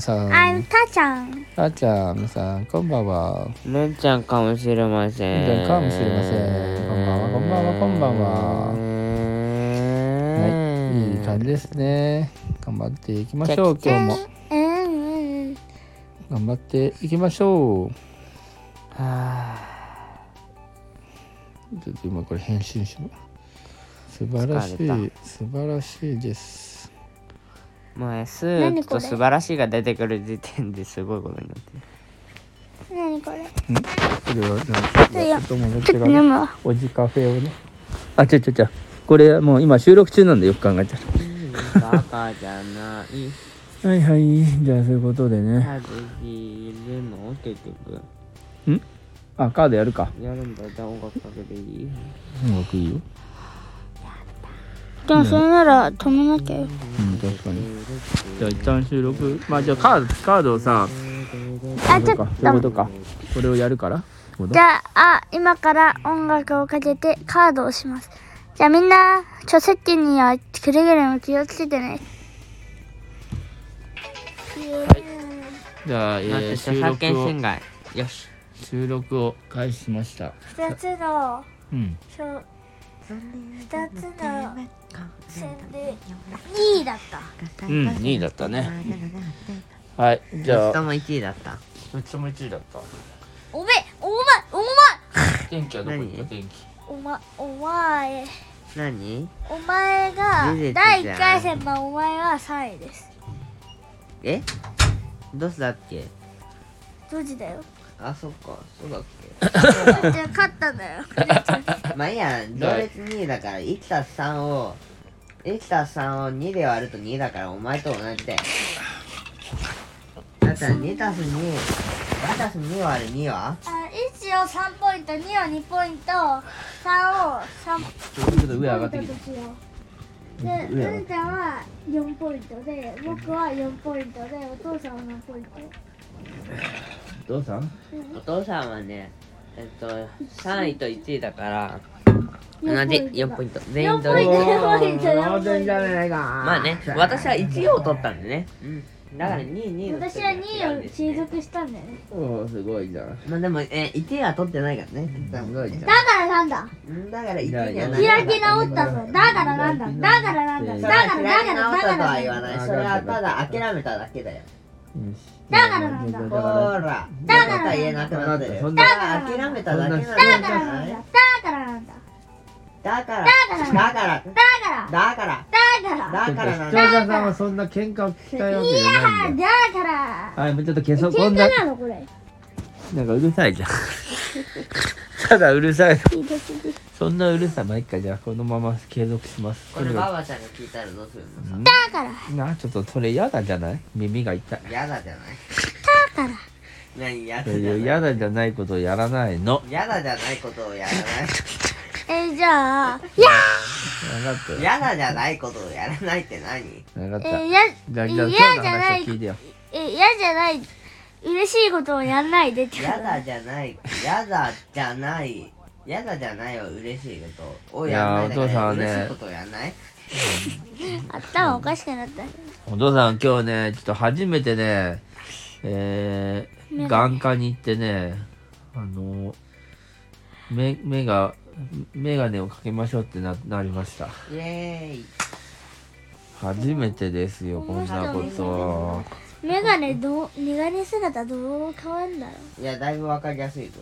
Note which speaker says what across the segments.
Speaker 1: さ
Speaker 2: あの
Speaker 1: ん、
Speaker 2: たーちゃん。
Speaker 1: あちゃんさん、こんばんは。
Speaker 3: のんちゃんかもしれません。
Speaker 1: のんちゃんかもしれませんこんばんはこんばんはこんばんははい、いい感じですね。頑張っていきましょう、今日も。
Speaker 2: うんうんうん。
Speaker 1: 頑張っていきましょう。
Speaker 3: は
Speaker 1: ちょっと今これ編集しよう。素晴らし
Speaker 3: 疲れ
Speaker 1: い、素晴らしいです。
Speaker 3: あもうスーッと素晴らしいが出てくる時点ですごいことになってる。
Speaker 2: なにこれ。
Speaker 1: これは、じゃあちょっと戻って
Speaker 2: ちょっ
Speaker 1: から
Speaker 2: と飲
Speaker 1: ね、
Speaker 2: むわ。
Speaker 1: おじカフェをね。あ、ちょちょちょ。これもう今収録中なんでよく考えた
Speaker 3: バカじゃない。
Speaker 1: ら。はいはい。じゃあそういうことでね。
Speaker 3: 風邪ひいるの結局。
Speaker 1: あ、カードやるか。
Speaker 3: やるんだったら音楽かけていい
Speaker 1: 音楽いいよ。
Speaker 2: でもそれなら止めなきゃよ。
Speaker 1: うん、確かに。じゃあ一旦収録。まあじゃあカード、カードをさ、
Speaker 2: あ、ちょっ
Speaker 1: そ
Speaker 2: と。
Speaker 1: ういうことか。これをやるから。ってこと
Speaker 2: じゃあ、あ今から音楽をかけてカードをします。じゃあみんな、著作権にはくれぐれも気をつけてね。
Speaker 1: じゃあ、え
Speaker 3: だって
Speaker 1: ー、
Speaker 3: 著
Speaker 1: 収
Speaker 3: 作権
Speaker 1: 録を
Speaker 3: 侵害。よし。
Speaker 1: 収録を開始しました。
Speaker 2: 二つの、
Speaker 1: うん。
Speaker 2: 二つの線で2位だった。
Speaker 1: うん、2位だったね。はい、じゃ
Speaker 3: 人
Speaker 1: あ、
Speaker 3: も1位だった。
Speaker 1: どっちも1位だった。
Speaker 2: おめおまおま
Speaker 1: 天気はどこ行った
Speaker 3: 何
Speaker 1: 天気。
Speaker 2: おまお前
Speaker 3: 何
Speaker 2: お前が
Speaker 3: 事実じゃん
Speaker 2: 第1回戦まあお前は3位です
Speaker 3: えどうしたっけ
Speaker 2: どっちだよ
Speaker 3: あ、そっか。そうだっ
Speaker 2: じゃあ勝ったんだよ
Speaker 3: け。 まあいいや、同列2位だから、1たす3を、1たす3を2で割ると2だから、お前と同じだよ。だったら2たす2、2たす2割る2は
Speaker 2: あ1を3ポイント2を2ポイント3を3
Speaker 1: ちょっと上上がっ
Speaker 2: ポ
Speaker 1: て
Speaker 2: イ
Speaker 1: き
Speaker 2: ント
Speaker 1: た
Speaker 2: と。しようで、
Speaker 3: 上上がって
Speaker 2: うんちゃんは4ポイントで僕は4ポイントでお父さんは何ポイント
Speaker 1: どうさん
Speaker 3: お父さんはね、えっと、3位と1位だから、同
Speaker 2: 四
Speaker 3: じ
Speaker 2: ポイント
Speaker 3: 4ポイント。全員
Speaker 2: 4
Speaker 3: 同
Speaker 2: ポイ
Speaker 3: 率
Speaker 2: ント。4ポイント4ポイント
Speaker 1: ないか。ま
Speaker 3: まあね、私は1位を取ったんでね。だから2位、2位の
Speaker 2: 私は2位を退くしたんだよね
Speaker 1: おお、すごいじゃん。
Speaker 3: まあでも、えー、1位は取ってないからね。だ
Speaker 1: すごいじゃん
Speaker 2: だ。からなんだ
Speaker 3: から1位にはならなか
Speaker 2: 開
Speaker 3: っ
Speaker 2: き
Speaker 3: た
Speaker 2: 直ったぞだからなんだだからなんだだ
Speaker 3: だ
Speaker 2: から
Speaker 3: から
Speaker 2: だ
Speaker 3: 開
Speaker 2: か
Speaker 3: き
Speaker 2: ら
Speaker 3: 直っ
Speaker 2: だから
Speaker 3: たとは言
Speaker 2: なんだ
Speaker 3: わない。それはただ諦めただけだよ。
Speaker 2: だからなんだ
Speaker 1: だ
Speaker 3: ほ
Speaker 1: から
Speaker 3: ーら、
Speaker 2: だから
Speaker 3: また言えなくなってる
Speaker 1: そ
Speaker 3: よ。
Speaker 1: ん
Speaker 3: だ
Speaker 1: な
Speaker 3: から諦めただけなんだよ。
Speaker 2: だからなんだだからなんだだ
Speaker 3: だから、だ
Speaker 2: か
Speaker 3: から、
Speaker 2: だから
Speaker 3: だか
Speaker 2: だからだか
Speaker 3: ら、だから
Speaker 1: 視
Speaker 3: な
Speaker 1: 聴
Speaker 3: んだ。
Speaker 1: 者さんはそんな喧嘩を聞きたいわけじゃないんだよ。
Speaker 2: ら
Speaker 1: はい、もうちょっと消そう。こ
Speaker 2: 喧嘩
Speaker 1: んな、
Speaker 2: なのこれ
Speaker 1: なんかうるさいじゃん。 ただうるさい。そんなうるさないかじゃあこのまま継続します。
Speaker 3: これ、ばばちゃんが聞いたらどうするのさ。
Speaker 2: だから
Speaker 1: なあちょっとそれ嫌だじゃない耳が痛い。
Speaker 3: やだじゃない。
Speaker 2: だから
Speaker 3: 何、やだ
Speaker 1: そう
Speaker 3: じゃ
Speaker 1: いう
Speaker 3: ない。
Speaker 1: 嫌だじゃないことをやらないの。
Speaker 3: やだじゃないことをやらない。
Speaker 2: えーじゃあいや
Speaker 1: 分かったよ
Speaker 3: やだじゃないことをやらないって何
Speaker 1: 分かっ
Speaker 2: え
Speaker 1: た。
Speaker 2: ーや
Speaker 1: じゃあ、
Speaker 2: え
Speaker 1: じゃあ今
Speaker 2: ー嫌
Speaker 1: 日の
Speaker 2: じゃな
Speaker 1: 話
Speaker 2: い
Speaker 1: を聞いてよ。
Speaker 2: えー嫌じゃない嬉しいことをやんないでってこと
Speaker 3: やだじゃない、やだじゃない、やだじゃないは嬉しいことをやらない
Speaker 1: いやお父さんはね
Speaker 3: 嬉しいことをやらない
Speaker 2: 頭おかしくなった
Speaker 1: お父さん今日ね、ちょっと初めてね、えー、眼科に行ってね、あの、目、目が、眼鏡をかけましょうってななりました。
Speaker 3: イエーイ
Speaker 1: 初めてですよ、こんなこと。
Speaker 2: メガネどうメガネ姿どう変わんだろ
Speaker 3: いや、だいぶわかりやすいぞ。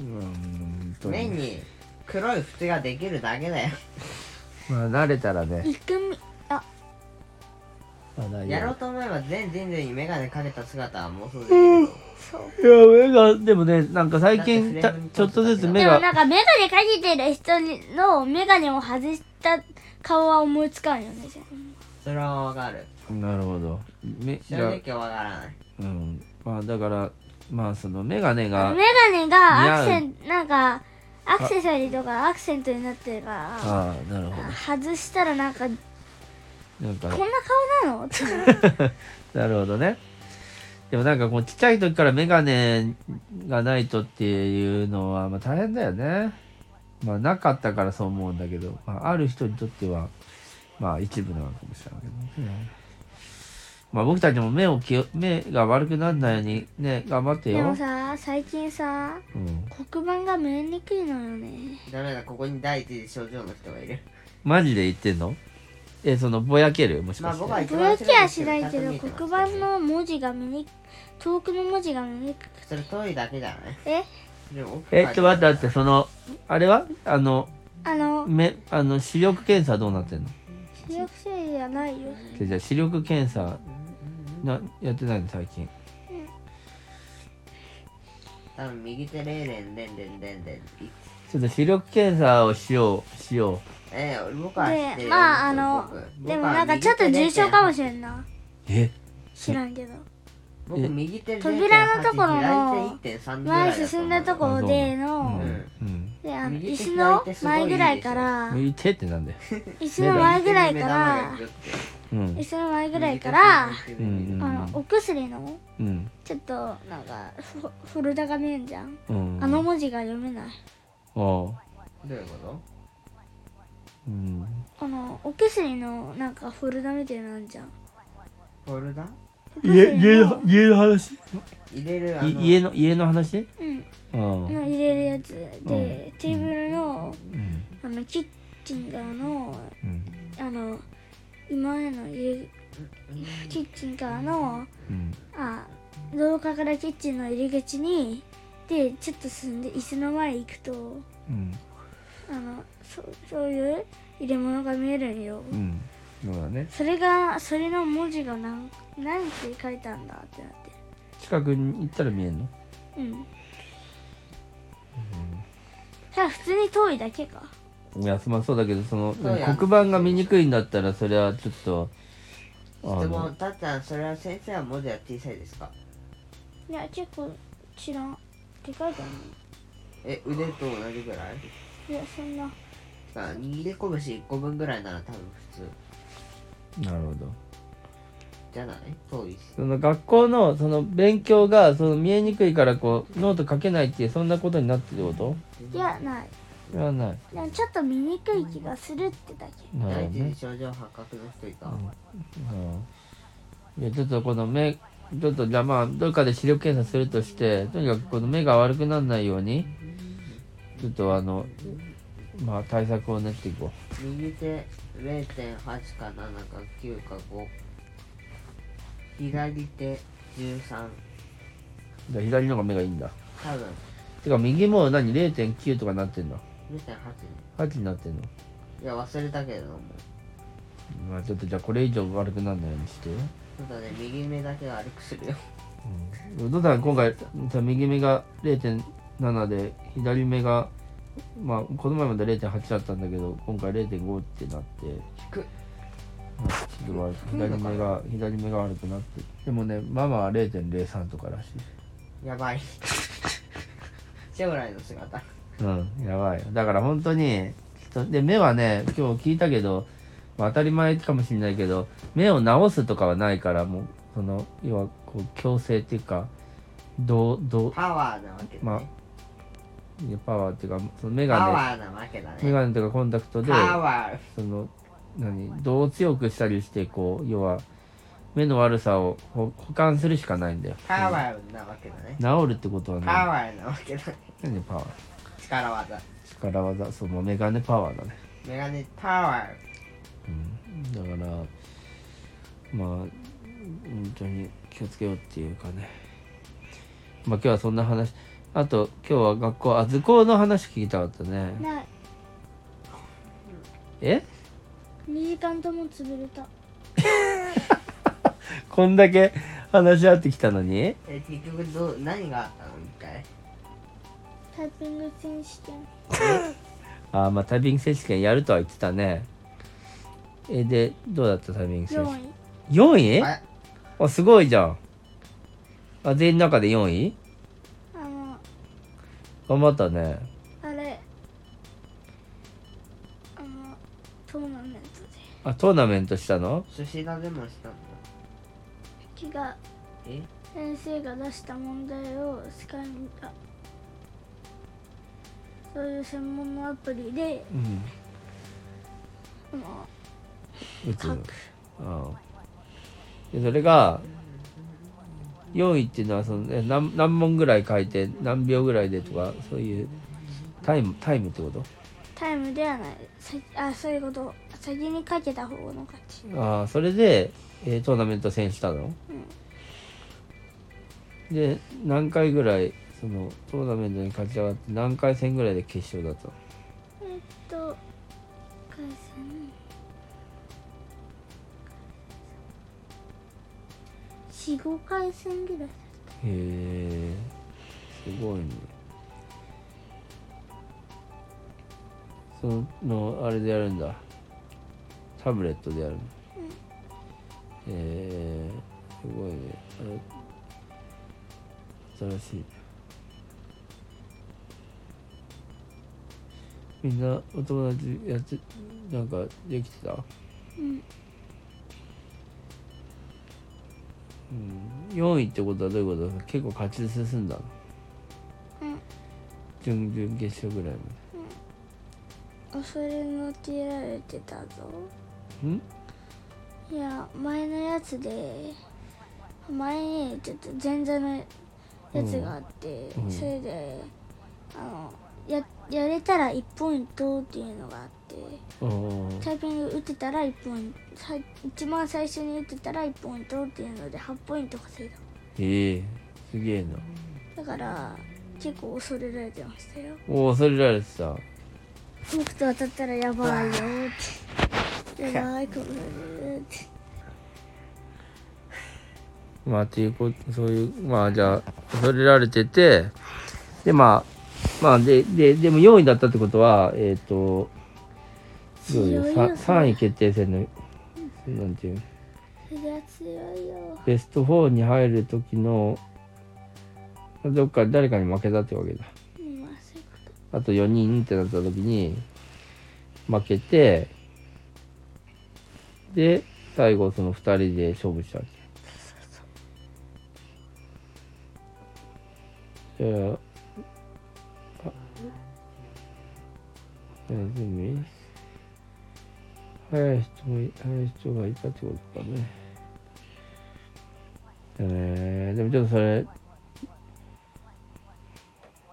Speaker 1: うん、と
Speaker 3: 目に黒い縁ができるだけだよ。
Speaker 1: まあ、慣れたら
Speaker 2: う
Speaker 1: ね、
Speaker 2: いくみあ
Speaker 1: まだいい
Speaker 3: や
Speaker 1: や
Speaker 3: ろうと思えば全人類に眼鏡かけた姿は妄想できる
Speaker 1: い
Speaker 3: ぞ。
Speaker 1: や、目が、でもね、なんか最近、た
Speaker 3: だってフレームに
Speaker 1: ちょっとずつ目
Speaker 2: でもな
Speaker 1: が、
Speaker 2: んかメガネかけてる人のメガネを外した顔は思いつかんよねじゃ
Speaker 3: それはわかる。
Speaker 1: なるほど。目
Speaker 3: 正
Speaker 1: が、
Speaker 3: 直わからない。
Speaker 1: うん、まあだから、まあその眼鏡
Speaker 2: あ
Speaker 1: が、
Speaker 2: メガネがアクセ
Speaker 1: 似
Speaker 2: ントなんかアクセサリーとかアクセントになってるか
Speaker 1: ああ、なるほ
Speaker 2: ら外したらなんかこん
Speaker 1: ど。なんか、
Speaker 2: な顔なのって
Speaker 1: なるほどね。でもなんかこうちっちゃい時からメガネがないとっていうのはまあ大変だよね。まあなかったからそう思うんだけど、まあ、ある人にとってはまあ一部なのかもしれないけどね。まあ僕たちも目を気を目が悪くならないようにね頑張って
Speaker 2: でも
Speaker 1: よ、
Speaker 2: さ最近さ
Speaker 1: うん、
Speaker 2: 黒板が見えにくいのよね
Speaker 3: ダメだここに第一次症状の人がいる
Speaker 1: マジで言ってんのえそのぼやけるもしか
Speaker 3: ま
Speaker 1: し
Speaker 3: あ
Speaker 1: て、
Speaker 3: 僕は一
Speaker 2: ぼ
Speaker 3: 番
Speaker 2: や
Speaker 3: 後
Speaker 2: き
Speaker 3: ろ
Speaker 2: は
Speaker 3: に
Speaker 2: しないけど
Speaker 3: 二つ見えて
Speaker 2: 黒
Speaker 3: ます
Speaker 2: 板の文字が見に遠くの文字が見にくく
Speaker 3: それ遠いだけだよね
Speaker 2: て
Speaker 3: でも奥
Speaker 1: えちょ待って待って
Speaker 3: て
Speaker 1: そのあれはあの
Speaker 2: あの
Speaker 1: めあの視力検査どうなってんの
Speaker 2: 視力性じゃないよ
Speaker 1: じゃあじゃあ視力検査なやってないの最近
Speaker 3: 多分右手レーレンレンレンレンレン
Speaker 1: ちょっと視力検査をしようしよ
Speaker 3: ええ僕は知って
Speaker 2: で
Speaker 3: る
Speaker 2: まああの
Speaker 3: 僕
Speaker 2: でもなんかちょっと重症かもしれんな
Speaker 1: うえ
Speaker 2: 知らんけど
Speaker 3: 僕右手0.8
Speaker 2: 扉のところの
Speaker 3: 左手1.3ぐらいだと思
Speaker 2: 前
Speaker 3: う
Speaker 2: 進んだとこで
Speaker 1: う
Speaker 2: の
Speaker 1: ん、うん、
Speaker 2: であの
Speaker 3: 右
Speaker 2: 椅
Speaker 3: 手
Speaker 2: 子
Speaker 3: 左
Speaker 2: の
Speaker 3: 手すごい
Speaker 2: 前ぐらいから
Speaker 1: 右手ってなんだよ
Speaker 2: 椅子の前ぐらいか
Speaker 3: 右
Speaker 2: ら
Speaker 3: 手に目玉がいるって
Speaker 1: うん
Speaker 2: 椅子の前ぐらいから
Speaker 3: 右手
Speaker 1: う
Speaker 3: に目玉がいる
Speaker 2: あ
Speaker 1: ん
Speaker 2: のお薬の
Speaker 1: うん
Speaker 2: ちょっとなんかフォフォルダが見えんじゃん
Speaker 1: うん
Speaker 2: あの文字が読めない
Speaker 1: あ
Speaker 3: どういうこと
Speaker 1: あうん
Speaker 2: あのお薬のなんかフォルダみたいなのあんじゃん
Speaker 3: フォルダ
Speaker 1: 家家の家の話
Speaker 3: 入れるあの
Speaker 1: い家の家の話
Speaker 2: うん
Speaker 1: うん
Speaker 2: の入れるやつで、テーブルの
Speaker 1: うん
Speaker 2: あのキッチン側の
Speaker 1: うん
Speaker 2: あの今までの入りキッチン側の
Speaker 1: うん
Speaker 2: あ廊下からキッチンの入り口にでちょっと進んで椅子の前行くと
Speaker 1: うん
Speaker 2: あのそそういう入れ物が見えるんよ、
Speaker 1: うんそうだね
Speaker 2: それがそれの文字が何何て書いたんだってなって
Speaker 1: 近くに行ったら見えるの
Speaker 2: うんただ普通に遠いだけか
Speaker 1: いやすまあそうだけどその
Speaker 3: そうや
Speaker 1: 黒板が見にくいんだったらそれはちょっとあ
Speaker 3: 質
Speaker 1: の
Speaker 3: 問たっちゃんそれは先生は文字は小さいですか
Speaker 2: いや結構知らんでかいかな
Speaker 3: え腕と同じぐらい
Speaker 2: いやそんな
Speaker 3: さあ握り拳1個分ぐらいなら多分普通
Speaker 1: なるほど
Speaker 3: じゃない遠いし
Speaker 1: その学校のその勉強がその見えにくいからこうノート書けないっていうそんなことになってること
Speaker 2: いやない
Speaker 1: それはない
Speaker 2: でもちょっと見にくい気がするってだけ
Speaker 1: なるほ
Speaker 3: 第
Speaker 1: ど
Speaker 3: 一
Speaker 1: ね
Speaker 3: 次症状発覚の人いた、
Speaker 1: うんいやちょっとこの目ちょっとじゃあまあどっかで視力検査するとしてとにかくこの目が悪くならないようにちょっとあのまあ対策を練っていこ
Speaker 3: 右手0.8か7か9か5左手13
Speaker 1: うじゃあ左の方が目がいいんだ
Speaker 3: 多分
Speaker 1: てか右も何0.9とかなってんの
Speaker 3: 0.8ね
Speaker 1: 8になってんの
Speaker 3: いや忘れたけれども
Speaker 1: まあちょっとじゃあこれ以上悪くならないようにして
Speaker 3: そうだね右目だけは悪くするよ
Speaker 1: お父さん今回さ右目が0.7で左目がまあこの前まで0.8だったんだけど今回0.5ってなって
Speaker 3: 低い
Speaker 1: まあちょっと悪く左目が左目が悪くなってでもねママは0.03とからし
Speaker 3: やばい将来の姿
Speaker 1: いうんやばいだから本当に人で目はね今日聞いたけど、まあ、当たり前かもしれないけど目を治すとかはないからもうその要はこう矯正っていうかどうどう
Speaker 3: パワーなわけだね、
Speaker 1: まあいやパワーっていうかその眼
Speaker 3: パ
Speaker 1: 鏡
Speaker 3: ワーなわけだ
Speaker 1: メ
Speaker 3: ね
Speaker 1: ガネとかコンタクトで
Speaker 3: パワ
Speaker 1: その何度を強くしたりしてこう要は目の悪さをほ補完するしかないんだよ
Speaker 3: ーパワーなわけだね
Speaker 1: 治るってことはね
Speaker 3: パワーなわけだね
Speaker 1: 何パワー
Speaker 3: 力技
Speaker 1: 力技そうもうメガネパワーだね、
Speaker 3: メガネパワ
Speaker 1: うん、だからまあ本当に気をつけようっていうかねまあ今日はそんな話あと今日は学校あ図工の話聞きたかったね
Speaker 2: ない
Speaker 1: え
Speaker 2: 2時間とも潰れた
Speaker 1: こんだけ話し合ってきたのに
Speaker 3: ーえ結局どう何があったの一回
Speaker 2: タイピング選手権
Speaker 1: あーまあタイピング選手権やるとは言ってたねえでどうだったタイピング選手
Speaker 2: 4位
Speaker 1: 4位
Speaker 3: あ
Speaker 1: あすごいじゃんあ全員の中で4位
Speaker 2: あの
Speaker 1: 頑張ったね
Speaker 2: あれあのトーナメントで
Speaker 1: あトーナメントしたの
Speaker 3: 寿司だでもしたんだ
Speaker 2: 木が
Speaker 3: え
Speaker 2: 先生が出した問題を使いにあそういう専門のアプリで
Speaker 1: うん
Speaker 2: あの
Speaker 1: 打つ
Speaker 2: 書く
Speaker 1: あでそれが用意っていうのはその、ね、何何問ぐらい書いて何秒ぐらいでとかそういうタイムタイムってこと
Speaker 2: タイムではないさあそういうこと先にかけた方の勝ち
Speaker 1: ああそれで、えートーナメント戦したの、で何回ぐらいそのトーナメントに勝ち上がって何回戦ぐらいで決勝だったの
Speaker 2: えっと解散45回戦ぐら
Speaker 1: へ
Speaker 2: い
Speaker 1: えすごいねそのあれでやるんだタブレットでやるのへえすごいねあれ新しいみんなお友達やってなんかできてた
Speaker 2: うん
Speaker 1: うん、4位ってことはどういうこと結構勝ち進んだの
Speaker 2: うん
Speaker 1: 準々決勝ぐらいま
Speaker 2: 恐れのけられてたぞ
Speaker 1: でん
Speaker 2: いや前のやつで前にちょっと前座のやつがあって、
Speaker 1: うん
Speaker 2: それであのややれたら1ポイントっていうのがあって
Speaker 1: あー
Speaker 2: タイピング打てたら1ポイントさ一番最初に打てたら1ポイントっていうので8ポイント稼いだ
Speaker 1: へえすげえな
Speaker 2: だから結構恐れられてましたよ
Speaker 1: おおそれられてた
Speaker 2: 僕と当たったらやばいよってやばいことになるって
Speaker 1: まあっていうことそういうまあじゃあ恐れられててでまあまあでででも4位だったってことはえっ、と
Speaker 2: 強いよそれ
Speaker 1: 3位決定戦のなんていう
Speaker 2: そりゃ強いよ
Speaker 1: ベスト4に入る時のどっか誰かに負けたってわけだ
Speaker 2: うんまあそういうこと
Speaker 1: あと4人ってなった時に負けてで最後その2人で勝負したわけじゃああ大丈夫早い人もい早い人がいたってことかねえー、でもちょっとそれ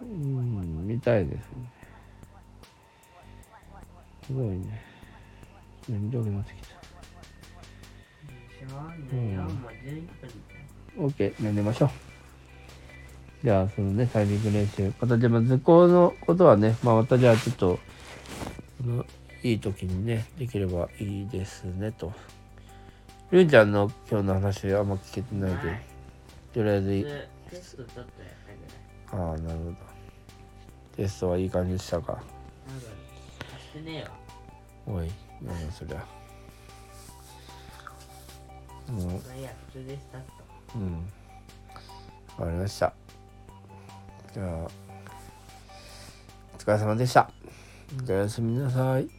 Speaker 1: うん、見たいですね。すごいね。眠たくなってきた。OK、寝ましょう。じゃあ、そのね、タイミング練習。また、でも図工のことはね、まあ、またじゃあ、ちょっと、あのいい時にね、できればいいですね、と。ルンちゃんの今日の話はあんま聞けてないけど、とりあえずい、
Speaker 3: テストちょっとやったぐら
Speaker 1: あ
Speaker 3: い。
Speaker 1: あ、なるほど。テストはいい感じでしたか。
Speaker 3: 多分、してねえわ。
Speaker 1: おい、なんだそりゃ。うん、
Speaker 3: まあいいや、普通でしたっと。
Speaker 1: うん。わかりました。じゃあ、お疲れ様でした。じゃあ、おやすみなさい。